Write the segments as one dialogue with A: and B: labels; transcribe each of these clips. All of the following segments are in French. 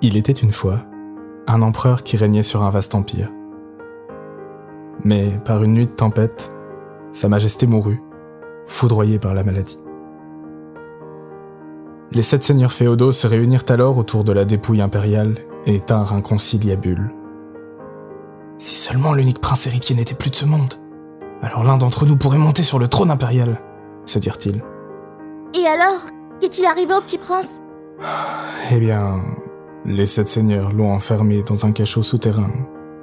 A: Il était une fois un empereur qui régnait sur un vaste empire. Mais par une nuit de tempête, Sa Majesté mourut, foudroyée par la maladie. Les sept seigneurs féodaux se réunirent alors autour de la dépouille impériale et tinrent un conciliabule. Si seulement l'unique prince héritier n'était plus de ce monde, alors l'un d'entre nous pourrait monter sur le trône impérial, se dirent-ils.
B: Et alors, qu'est-il arrivé au petit prince
A: Eh bien, les sept seigneurs l'ont enfermé dans un cachot souterrain,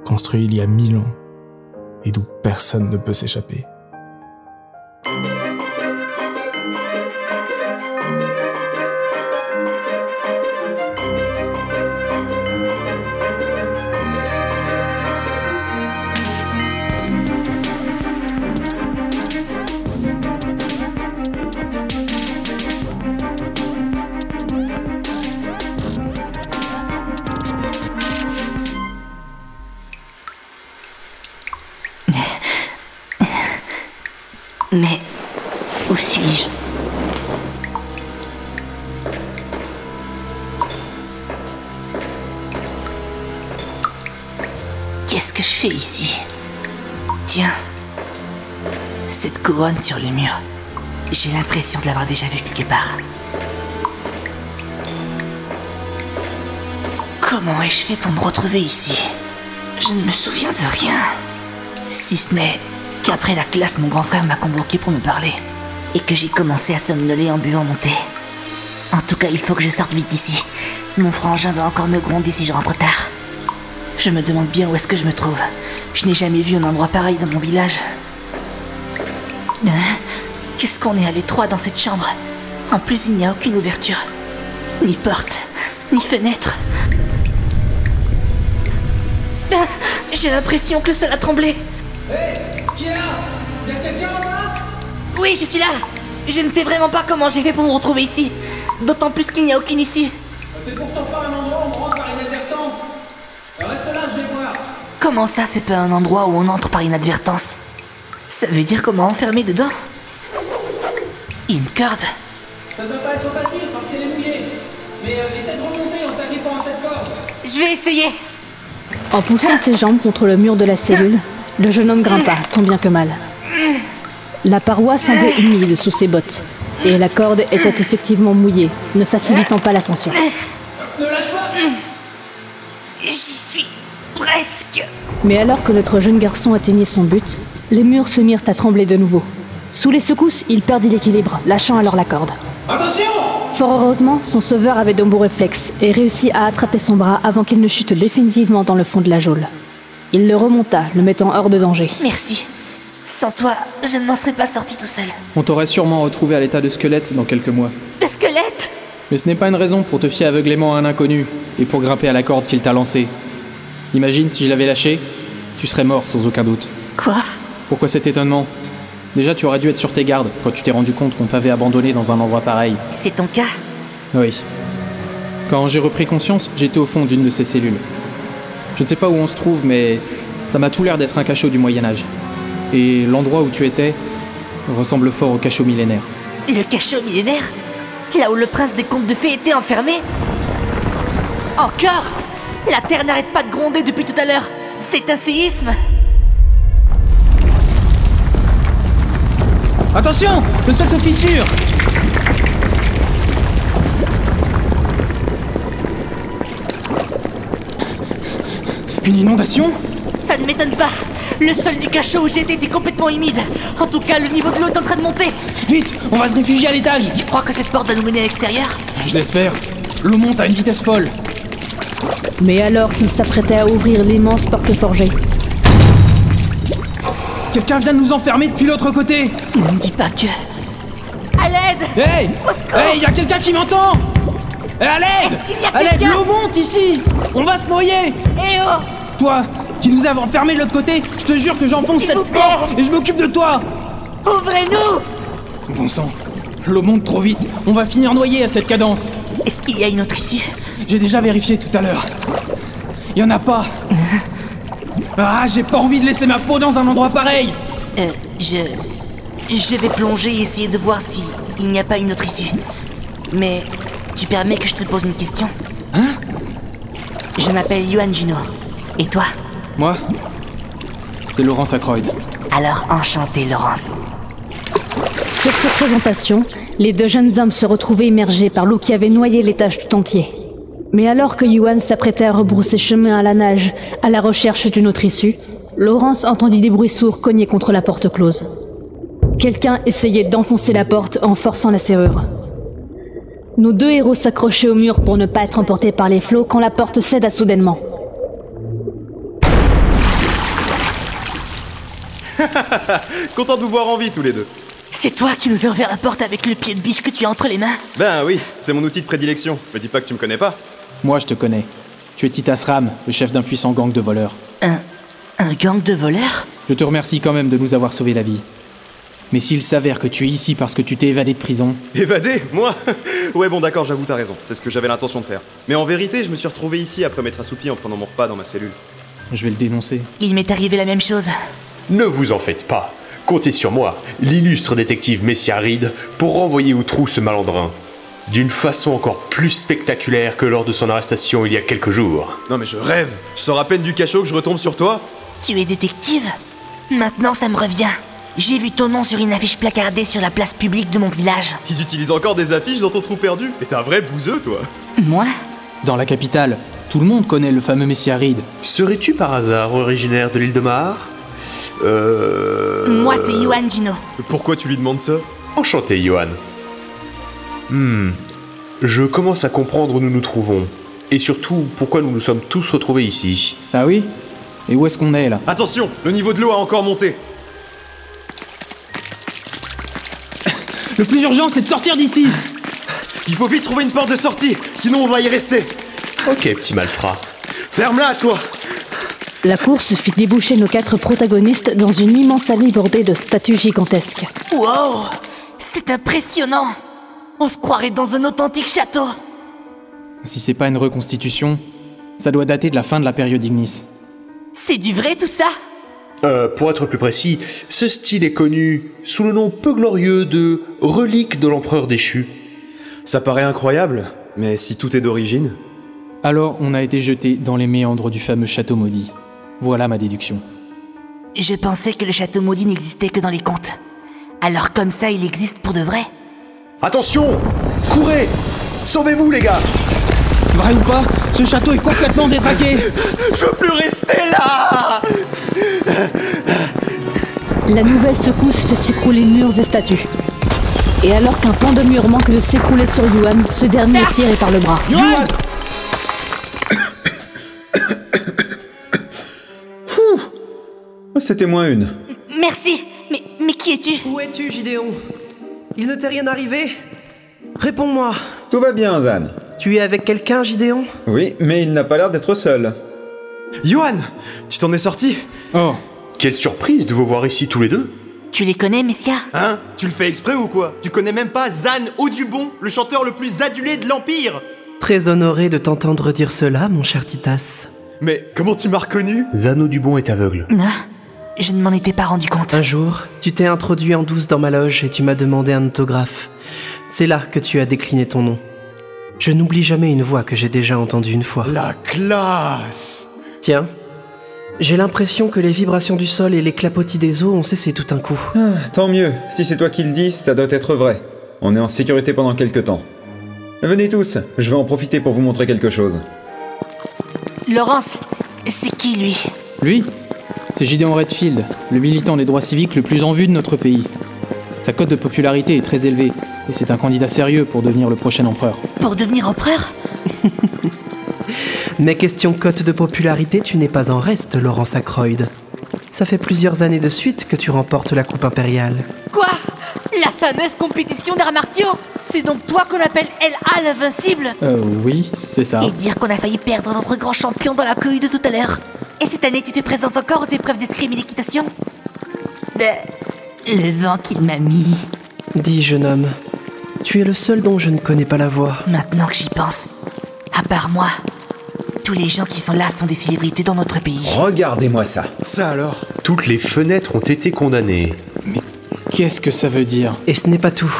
A: construit il y a mille ans, et d'où personne ne peut s'échapper.
C: Mais où suis-je Qu'est-ce que je fais ici Tiens, cette couronne sur le mur. J'ai l'impression de l'avoir déjà vue quelque part. Comment ai-je fait pour me retrouver ici Je ne me souviens de rien. Si ce n'est qu'après la classe, mon grand frère m'a convoqué pour me parler. Et que j'ai commencé à somnoler en buvant mon thé. En tout cas, il faut que je sorte vite d'ici. Mon frangin va encore me gronder si je rentre tard. Je me demande bien où est-ce que je me trouve. Je n'ai jamais vu un endroit pareil dans mon village. Hein Qu'est-ce qu'on est à l'étroit dans cette chambre En plus, il n'y a aucune ouverture. Ni porte, ni fenêtre. Ah J'ai l'impression que le sol a tremblé. Oui, je suis là Je ne sais vraiment pas comment j'ai fait pour me retrouver ici. D'autant plus qu'il n'y a aucune issue.
D: C'est pourtant pas un endroit où on rentre par inadvertance. Reste là, je vais voir.
C: Comment ça, c'est pas un endroit où on entre par inadvertance Ça veut dire qu'on m'a enfermé dedans Une corde
D: Ça ne doit pas être facile parce qu'elle est mouillée. Mais euh, essaie de remonter en t'agrippant à cette corde.
C: Je vais essayer
E: En poussant ses jambes contre le mur de la cellule, le jeune homme grimpa, tant bien que mal. La paroi semblait humide sous ses bottes, et la corde était effectivement mouillée, ne facilitant pas l'ascension.
D: Ne lâche pas
C: J'y suis presque
E: Mais alors que notre jeune garçon atteignait son but, les murs se mirent à trembler de nouveau. Sous les secousses, il perdit l'équilibre, lâchant alors la corde.
D: Attention
E: Fort heureusement, son sauveur avait de bons réflexes et réussit à attraper son bras avant qu'il ne chute définitivement dans le fond de la geôle. Il le remonta, le mettant hors de danger.
C: Merci. Sans toi, je ne m'en serais pas sorti tout seul.
F: On t'aurait sûrement retrouvé à l'état de squelette dans quelques mois.
C: Le squelette
F: Mais ce n'est pas une raison pour te fier aveuglément à un inconnu et pour grimper à la corde qu'il t'a lancée. Imagine si je l'avais lâché, tu serais mort sans aucun doute.
C: Quoi
F: Pourquoi cet étonnement Déjà, tu aurais dû être sur tes gardes quand tu t'es rendu compte qu'on t'avait abandonné dans un endroit pareil.
C: C'est ton cas
F: Oui. Quand j'ai repris conscience, j'étais au fond d'une de ces cellules. Je ne sais pas où on se trouve, mais ça m'a tout l'air d'être un cachot du Moyen Âge. Et l'endroit où tu étais ressemble fort au cachot millénaire.
C: Le cachot millénaire Là où le prince des contes de fées était enfermé Encore La terre n'arrête pas de gronder depuis tout à l'heure C'est un séisme
F: Attention Le sol se fissure Une inondation
C: Ça ne m'étonne pas Le sol du cachot où j'étais était complètement humide En tout cas, le niveau de l'eau est en train de monter
F: Vite On va se réfugier à l'étage
C: Tu crois que cette porte va nous mener à l'extérieur
F: Je l'espère. L'eau monte à une vitesse folle.
E: Mais alors qu'il s'apprêtait à ouvrir l'immense porte forgée,
F: Quelqu'un vient de nous enfermer depuis l'autre côté
C: Ne me dis pas que... À l'aide
F: Hey
C: Au secours
F: Hey, y a quelqu'un qui m'entend Eh, À l'aide
C: Est-ce qu'il y a
F: À l'aide,
C: quelqu'un
F: l'eau monte ici On va se noyer
C: Eh oh
F: Toi, qui nous as enfermés de l'autre côté, je te jure que j'enfonce
C: S'il
F: cette
C: vous plaît.
F: porte et je m'occupe de toi
C: Ouvrez-nous
F: Bon sang, l'eau monte trop vite, on va finir noyé à cette cadence
C: Est-ce qu'il y a une autre issue
F: J'ai déjà vérifié tout à l'heure. Y en a pas Ah, j'ai pas envie de laisser ma peau dans un endroit pareil
C: Euh, je... Je vais plonger et essayer de voir si il n'y a pas une autre issue. Mais tu permets que je te pose une question Je m'appelle Yuan Juno. Et toi
G: Moi C'est Laurence Ackroyd.
C: Alors enchanté, Laurence.
E: Sur cette présentation, les deux jeunes hommes se retrouvaient immergés par l'eau qui avait noyé l'étage tout entier. Mais alors que Yuan s'apprêtait à rebrousser chemin à la nage, à la recherche d'une autre issue, Laurence entendit des bruits sourds cogner contre la porte close. Quelqu'un essayait d'enfoncer la porte en forçant la serrure. Nos deux héros s'accrochaient au mur pour ne pas être emportés par les flots quand la porte céda soudainement.
H: Content de vous voir en vie tous les deux.
C: C'est toi qui nous as ouvert la porte avec le pied de biche que tu as entre les mains
H: Ben oui, c'est mon outil de prédilection. Me dis pas que tu me connais pas.
G: Moi, je te connais. Tu es Titas Ram, le chef d'un puissant gang de voleurs.
C: Un. un gang de voleurs
G: Je te remercie quand même de nous avoir sauvé la vie. Mais s'il s'avère que tu es ici parce que tu t'es évadé de prison,
H: Évadé, moi Ouais bon d'accord, j'avoue t'as raison. C'est ce que j'avais l'intention de faire. Mais en vérité, je me suis retrouvé ici après m'être assoupi en prenant mon repas dans ma cellule.
G: je vais le dénoncer.
C: Il m'est arrivé la même chose.
I: Ne vous en faites pas. Comptez sur moi, l'illustre détective Messiaride, pour renvoyer au trou ce malandrin. D'une façon encore plus spectaculaire que lors de son arrestation il y a quelques jours.
H: Non mais je rêve. Je sors à peine du cachot que je retombe sur toi.
C: Tu es détective Maintenant ça me revient. J'ai vu ton nom sur une affiche placardée sur la place publique de mon village.
H: Ils utilisent encore des affiches dans ton trou perdu. Mais t'es un vrai bouseux toi.
C: Moi
G: Dans la capitale, tout le monde connaît le fameux Messiaride.
I: Serais-tu par hasard originaire de l'île de Mar Euh.
C: Moi c'est Yuan Juno.
H: Pourquoi tu lui demandes ça
I: Enchanté, Johan. Hmm. Je commence à comprendre où nous nous trouvons. Et surtout, pourquoi nous nous sommes tous retrouvés ici.
G: Ah oui Et où est-ce qu'on est là
H: Attention, le niveau de l'eau a encore monté.
G: Le plus urgent, c'est de sortir d'ici
H: Il faut vite trouver une porte de sortie, sinon on va y rester.
I: Ok, petit malfrat.
H: Ferme-la toi.
E: La course fit déboucher nos quatre protagonistes dans une immense allée bordée de statues gigantesques.
C: Wow C'est impressionnant On se croirait dans un authentique château
G: Si c'est pas une reconstitution, ça doit dater de la fin de la période Ignis.
C: C'est du vrai tout ça
I: Euh, pour être plus précis, ce style est connu sous le nom peu glorieux de relique de l'empereur déchu.
H: Ça paraît incroyable, mais si tout est d'origine,
G: Alors, on a été jeté dans les méandres du fameux château maudit. Voilà ma déduction.
C: Je pensais que le château maudit n'existait que dans les contes. Alors comme ça, il existe pour de vrai
I: Attention Courez Sauvez-vous les gars
G: Vrai ou pas, ce château est complètement détraqué
H: je veux plus rester là.
E: La nouvelle secousse fait s'écrouler murs et statues. Et alors qu'un pan de mur manque de s'écrouler sur Yuan, ce dernier est tiré par le bras.
G: Johan
H: C'était moins une.
C: Merci Mais, mais qui es-tu
F: Où es-tu, Gideon Il ne t'est rien arrivé Réponds-moi.
J: Tout va bien, Zan.
F: Tu es avec quelqu'un, Gideon
J: Oui, mais il n'a pas l'air d'être seul.
H: Johan, tu t'en es sorti
G: Oh,
I: Quelle surprise de vous voir ici tous les deux
C: Tu les connais, Messia
H: Hein Tu le fais exprès ou quoi Tu connais même pas Zan Audubon, le chanteur le plus adulé de l'Empire
F: Très honoré de t'entendre dire cela, mon cher Titas.
H: Mais comment tu m'as reconnu
I: Zano Dubon est aveugle.
C: Non Je ne m'en étais pas rendu compte.
G: Euh.
F: Un jour, tu t'es introduit en douce dans ma loge et tu m'as demandé un autographe. C'est là que tu as décliné ton nom. Je n'oublie jamais une voix que j'ai déjà entendue une fois.
H: La classe
F: Tiens, j'ai l'impression que les vibrations du sol et les clapotis des eaux ont cessé tout un coup.
J: Ah, tant mieux, si c'est toi qui le dis, ça doit être vrai. On est en sécurité pendant quelques temps. Venez tous, je vais en profiter pour vous montrer quelque chose.
C: Laurence, c'est qui lui
G: lui C'est Gideon Redfield, le militant des droits civiques le plus en vue de notre pays. Sa cote de popularité est très élevée, et c'est un candidat sérieux pour devenir le prochain empereur.
C: Pour devenir empereur
F: Mais question cote de popularité, tu n'es pas en reste, Laurence Ackroyd. Ça fait plusieurs années de suite que tu remportes la Coupe impériale.
C: Quoi La fameuse compétition d'arts martiaux C'est donc toi qu'on appelle LA l'invincible
G: Euh, oui, c'est ça.
C: Et dire qu'on a failli perdre notre grand champion dans la cohue de tout à l'heure. Et cette année, tu te présentes encore aux épreuves d'escrime et d'équitation De... Le vent qu'il m'a mis.
F: Dis, jeune homme, tu es le seul dont je ne connais pas la voix.
C: Maintenant que j'y pense, à part moi, tous les gens qui sont là sont des célébrités dans notre pays.
J: Regardez-moi ça.
H: Ça alors
I: Toutes les fenêtres ont été condamnées.
G: Qu'est-ce que ça veut dire
F: Et ce n'est pas tout.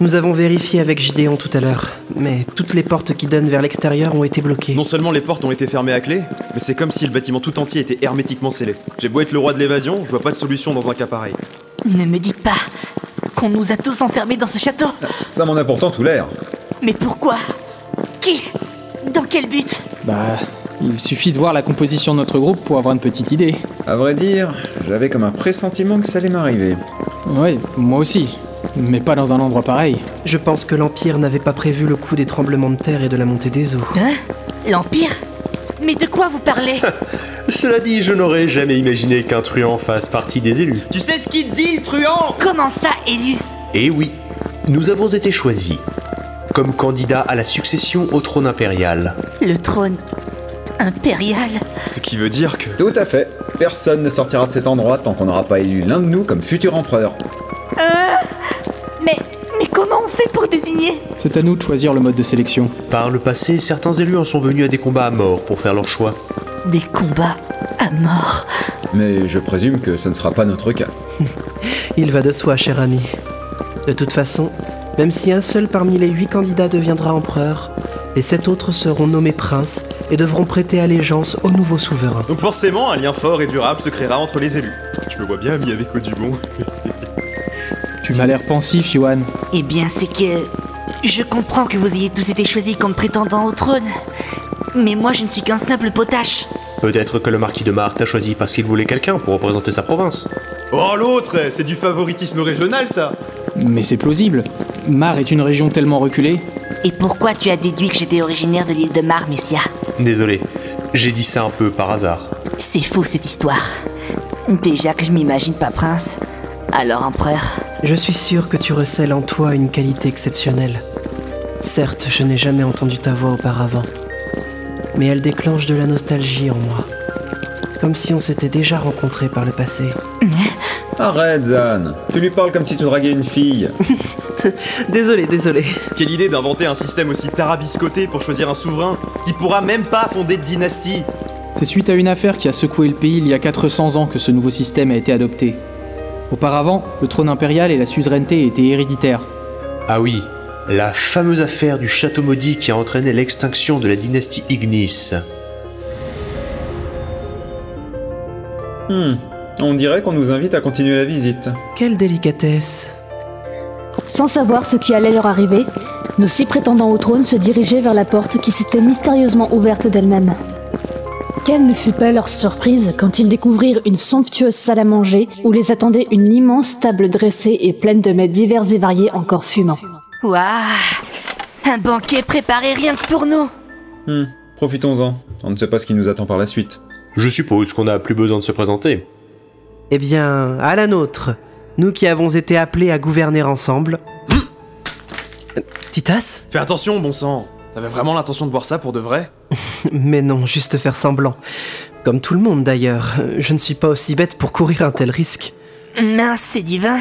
F: Nous avons vérifié avec Gideon tout à l'heure, mais toutes les portes qui donnent vers l'extérieur ont été bloquées.
H: Non seulement les portes ont été fermées à clé, mais c'est comme si le bâtiment tout entier était hermétiquement scellé. J'ai beau être le roi de l'évasion, je vois pas de solution dans un cas pareil.
C: Ne me dites pas qu'on nous a tous enfermés dans ce château.
J: Ça m'en a pourtant tout l'air.
C: Mais pourquoi Qui Dans quel but
G: Bah, il suffit de voir la composition de notre groupe pour avoir une petite idée.
J: À vrai dire, j'avais comme un pressentiment que ça allait m'arriver.
G: Ouais, moi aussi. Mais pas dans un endroit pareil.
F: Je pense que l'Empire n'avait pas prévu le coup des tremblements de terre et de la montée des eaux.
C: Hein L'Empire Mais de quoi vous parlez
I: Cela dit, je n'aurais jamais imaginé qu'un truand fasse partie des élus.
H: Tu sais ce qu'il dit, le truand
C: Comment ça, élu
I: Et Eh oui, nous avons été choisis comme candidats à la succession au trône impérial.
C: Le trône impérial
H: Ce qui veut dire que.
J: Tout à fait. Personne ne sortira de cet endroit tant qu'on n'aura pas élu l'un de nous comme futur empereur.
C: Mais mais comment on fait pour désigner
G: C'est à nous de choisir le mode de sélection.
I: Par le passé, certains élus en sont venus à des combats à mort pour faire leur choix.
C: Des combats à mort.
J: Mais je présume que ce ne sera pas notre cas.
F: Il va de soi, cher ami. De toute façon, même si un seul parmi les huit candidats deviendra empereur, les sept autres seront nommés princes et devront prêter allégeance au nouveau souverain.
H: Donc forcément, un lien fort et durable se créera entre les élus. Je me vois bien ami avec Odubon.
G: Tu m'as l'air pensif, Yohan.
C: Eh bien, c'est que je comprends que vous ayez tous été choisis comme prétendants au trône. Mais moi, je ne suis qu'un simple potache.
I: Peut-être que le marquis de Marthe a choisi parce qu'il voulait quelqu'un pour représenter sa province.
H: Oh, l'autre C'est du favoritisme régional, ça
G: Mais c'est plausible. Mar est une région tellement reculée.
C: Et pourquoi tu as déduit que j'étais originaire de l'île de Mar, Messia
I: Désolé, j'ai dit ça un peu par hasard.
C: C'est faux cette histoire. Déjà que je m'imagine pas prince, alors empereur.
F: Je suis sûr que tu recèles en toi une qualité exceptionnelle. Certes, je n'ai jamais entendu ta voix auparavant, mais elle déclenche de la nostalgie en moi. Comme si on s'était déjà rencontrés par le passé.
J: Arrête, Zan. Tu lui parles comme si tu draguais une fille.
F: Désolé, désolé.
H: Quelle idée d'inventer un système aussi tarabiscoté pour choisir un souverain qui pourra même pas fonder de dynastie
G: C'est suite à une affaire qui a secoué le pays il y a 400 ans que ce nouveau système a été adopté. Auparavant, le trône impérial et la suzeraineté étaient héréditaires.
I: Ah oui, la fameuse affaire du château maudit qui a entraîné l'extinction de la dynastie Ignis.
J: Hmm. On dirait qu'on nous invite à continuer la visite.
F: Quelle délicatesse.
E: Sans savoir ce qui allait leur arriver, nos six prétendants au trône se dirigeaient vers la porte qui s'était mystérieusement ouverte d'elle-même. Quelle ne fut pas leur surprise quand ils découvrirent une somptueuse salle à manger où les attendait une immense table dressée et pleine de mets divers et variés encore fumants.
C: Waouh Un banquet préparé rien que pour nous
J: Hmm. Profitons-en. On ne sait pas ce qui nous attend par la suite.
I: Je suppose qu'on n'a plus besoin de se présenter.
F: Eh bien, à la nôtre, nous qui avons été appelés à gouverner ensemble. Euh, Titas
H: Fais attention, bon sang T'avais vraiment l'intention de boire ça pour de vrai
F: Mais non, juste faire semblant. Comme tout le monde d'ailleurs, euh, je ne suis pas aussi bête pour courir un tel risque.
C: Mince, c'est divin.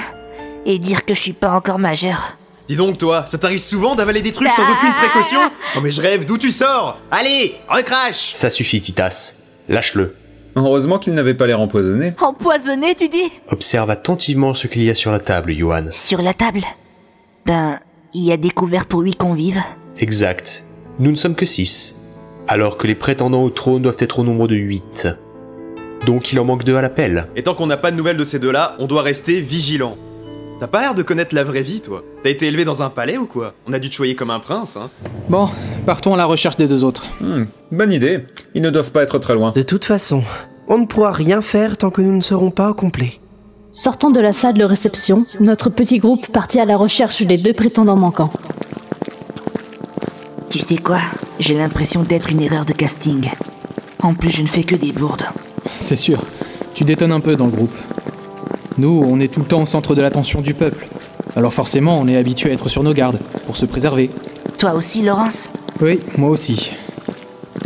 C: Et dire que je suis pas encore majeur.
H: Dis donc, toi, ça t'arrive souvent d'avaler des trucs sans aucune précaution Non mais je rêve, d'où tu sors Allez, recrache
I: Ça suffit, Titas. Lâche-le.
J: Heureusement qu'il n'avait pas l'air empoisonné.
C: Empoisonné, tu dis
I: Observe attentivement ce qu'il y a sur la table, Johan.
C: Sur la table Ben, il y a des couverts pour huit convives.
I: Exact. Nous ne sommes que six. Alors que les prétendants au trône doivent être au nombre de huit. Donc il en manque deux à l'appel.
H: Et tant qu'on n'a pas de nouvelles de ces deux-là, on doit rester vigilant. T'as pas l'air de connaître la vraie vie, toi. T'as été élevé dans un palais ou quoi On a dû te choyer comme un prince, hein
G: Bon, partons à la recherche des deux autres.
J: Hmm. Bonne idée. Ils ne doivent pas être très loin.
F: De toute façon, on ne pourra rien faire tant que nous ne serons pas au complet.
E: Sortant de la salle de réception, notre petit groupe partit à la recherche des deux prétendants manquants.
C: Tu sais quoi J'ai l'impression d'être une erreur de casting. En plus, je ne fais que des bourdes.
G: C'est sûr, tu détonnes un peu dans le groupe. Nous, on est tout le temps au centre de l'attention du peuple. Alors forcément, on est habitué à être sur nos gardes, pour se préserver.
C: Toi aussi, Laurence
G: Oui, moi aussi.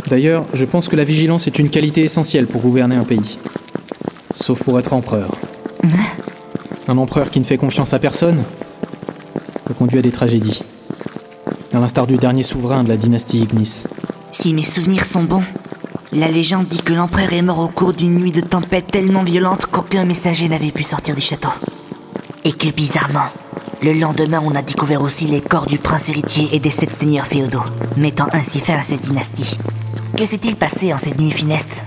G: D'ailleurs, je pense que la vigilance est une qualité essentielle pour gouverner un pays. Sauf pour être empereur.
C: Hein?
G: Un empereur qui ne fait confiance à personne le conduit à des tragédies. À l'instar du dernier souverain de la dynastie Ignis.
C: Si mes souvenirs sont bons, la légende dit que l'empereur est mort au cours d'une nuit de tempête tellement violente qu'aucun messager n'avait pu sortir du château. Et que bizarrement, Le lendemain, on a découvert aussi les corps du prince héritier et des sept seigneurs féodaux, mettant ainsi fin à cette dynastie. Que s'est-il passé en cette nuit funeste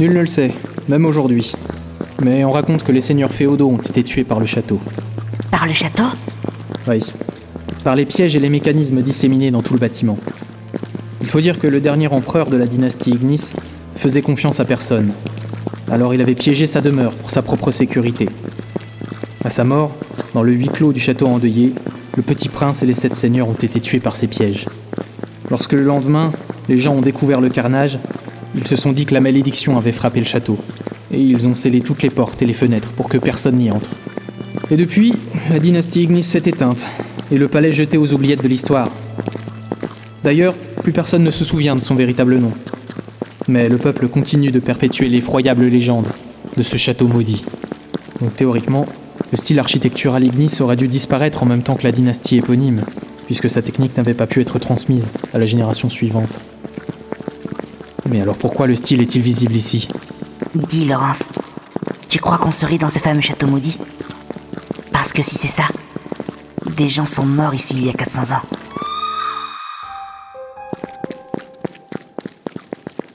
G: Nul ne le sait, même aujourd'hui. Mais on raconte que les seigneurs féodaux ont été tués par le château.
C: Par le château
G: Oui. Par les pièges et les mécanismes disséminés dans tout le bâtiment. Il faut dire que le dernier empereur de la dynastie Ignis faisait confiance à personne. Alors il avait piégé sa demeure pour sa propre sécurité. À sa mort, dans le huis clos du château endeuillé, le petit prince et les sept seigneurs ont été tués par ces pièges. Lorsque le lendemain, les gens ont découvert le carnage, ils se sont dit que la malédiction avait frappé le château. Et ils ont scellé toutes les portes et les fenêtres pour que personne n'y entre. Et depuis, la dynastie Ignis s'est éteinte, et le palais jeté aux oubliettes de l'histoire. D'ailleurs, plus personne ne se souvient de son véritable nom. Mais le peuple continue de perpétuer l'effroyable légende de ce château maudit. Donc théoriquement, le style architectural Ignis aurait dû disparaître en même temps que la dynastie éponyme, puisque sa technique n'avait pas pu être transmise à la génération suivante. Mais alors pourquoi le style est-il visible ici
C: Dis, Laurence, tu crois qu'on serait dans ce fameux château maudit Parce que si c'est ça, des gens sont morts ici il y a 400 ans.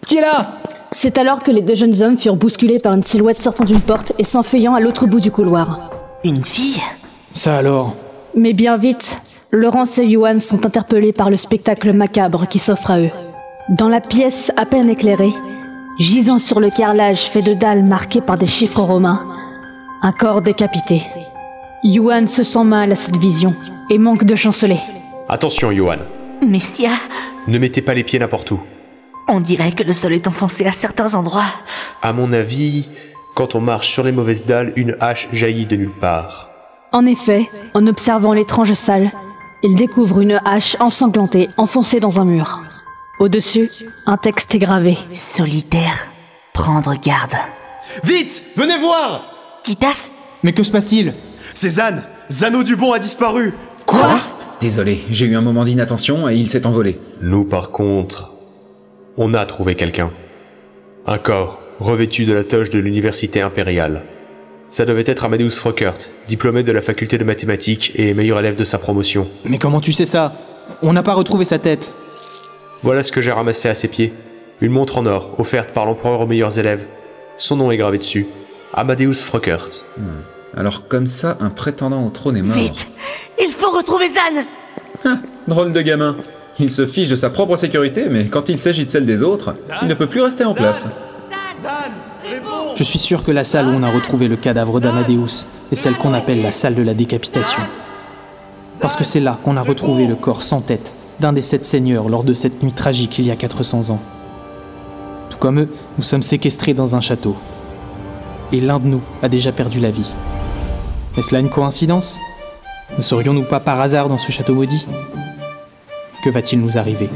G: Qui est là
E: C'est alors que les deux jeunes hommes furent bousculés par une silhouette sortant d'une porte et s'enfuyant à l'autre bout du couloir.
C: Une fille
G: Ça alors
E: Mais bien vite, Laurence et Yuan sont interpellés par le spectacle macabre qui s'offre à eux. Dans la pièce à peine éclairée, gisant sur le carrelage fait de dalles marquées par des chiffres romains, un corps décapité. Yuan se sent mal à cette vision et manque de chanceler.
I: Attention, Johan,
C: Messia
I: ne mettez pas les pieds n'importe où.
C: On dirait que le sol est enfoncé à certains endroits.
I: À mon avis, quand on marche sur les mauvaises dalles, une hache jaillit de nulle part.
E: En effet, en observant l'étrange salle, il découvre une hache ensanglantée enfoncée dans un mur. Au-dessus, un texte est gravé.
C: Solitaire. Prendre garde.
H: Vite Venez voir
C: Titas
G: Mais que se passe-t-il
H: C'est Zan Zano du Bon a disparu
C: Quoi
J: Désolé, j'ai eu un moment d'inattention et il s'est envolé.
I: Nous, par contre, on a trouvé quelqu'un. Un corps, revêtu de la toge de l'université impériale. Ça devait être Amadeus Frockert, diplômé de la faculté de mathématiques et meilleur élève de sa promotion.
G: Mais comment tu sais ça On n'a pas retrouvé sa tête.
I: Voilà ce que j'ai ramassé à ses pieds. Une montre en or, offerte par l'empereur aux meilleurs élèves. Son nom est gravé dessus. Amadeus Frockert.
J: Hmm. Alors comme ça, un prétendant au trône est mort.
C: Vite Il faut retrouver Zan
J: Drôle de gamin. Il se fiche de sa propre sécurité, mais quand il s'agit de celle des autres, il ne peut plus rester en place.
G: Je suis sûr que la salle où on a retrouvé le cadavre d'Amadeus est celle qu'on appelle la salle de la décapitation. Parce que c'est là qu'on a retrouvé le corps sans tête d'un des sept seigneurs lors de cette nuit tragique il y a 400 ans. Tout comme eux, nous sommes séquestrés dans un château. Et l'un de nous a déjà perdu la vie. Est-ce là une coïncidence Ne serions-nous pas par hasard dans ce château maudit Que va-t-il nous arriver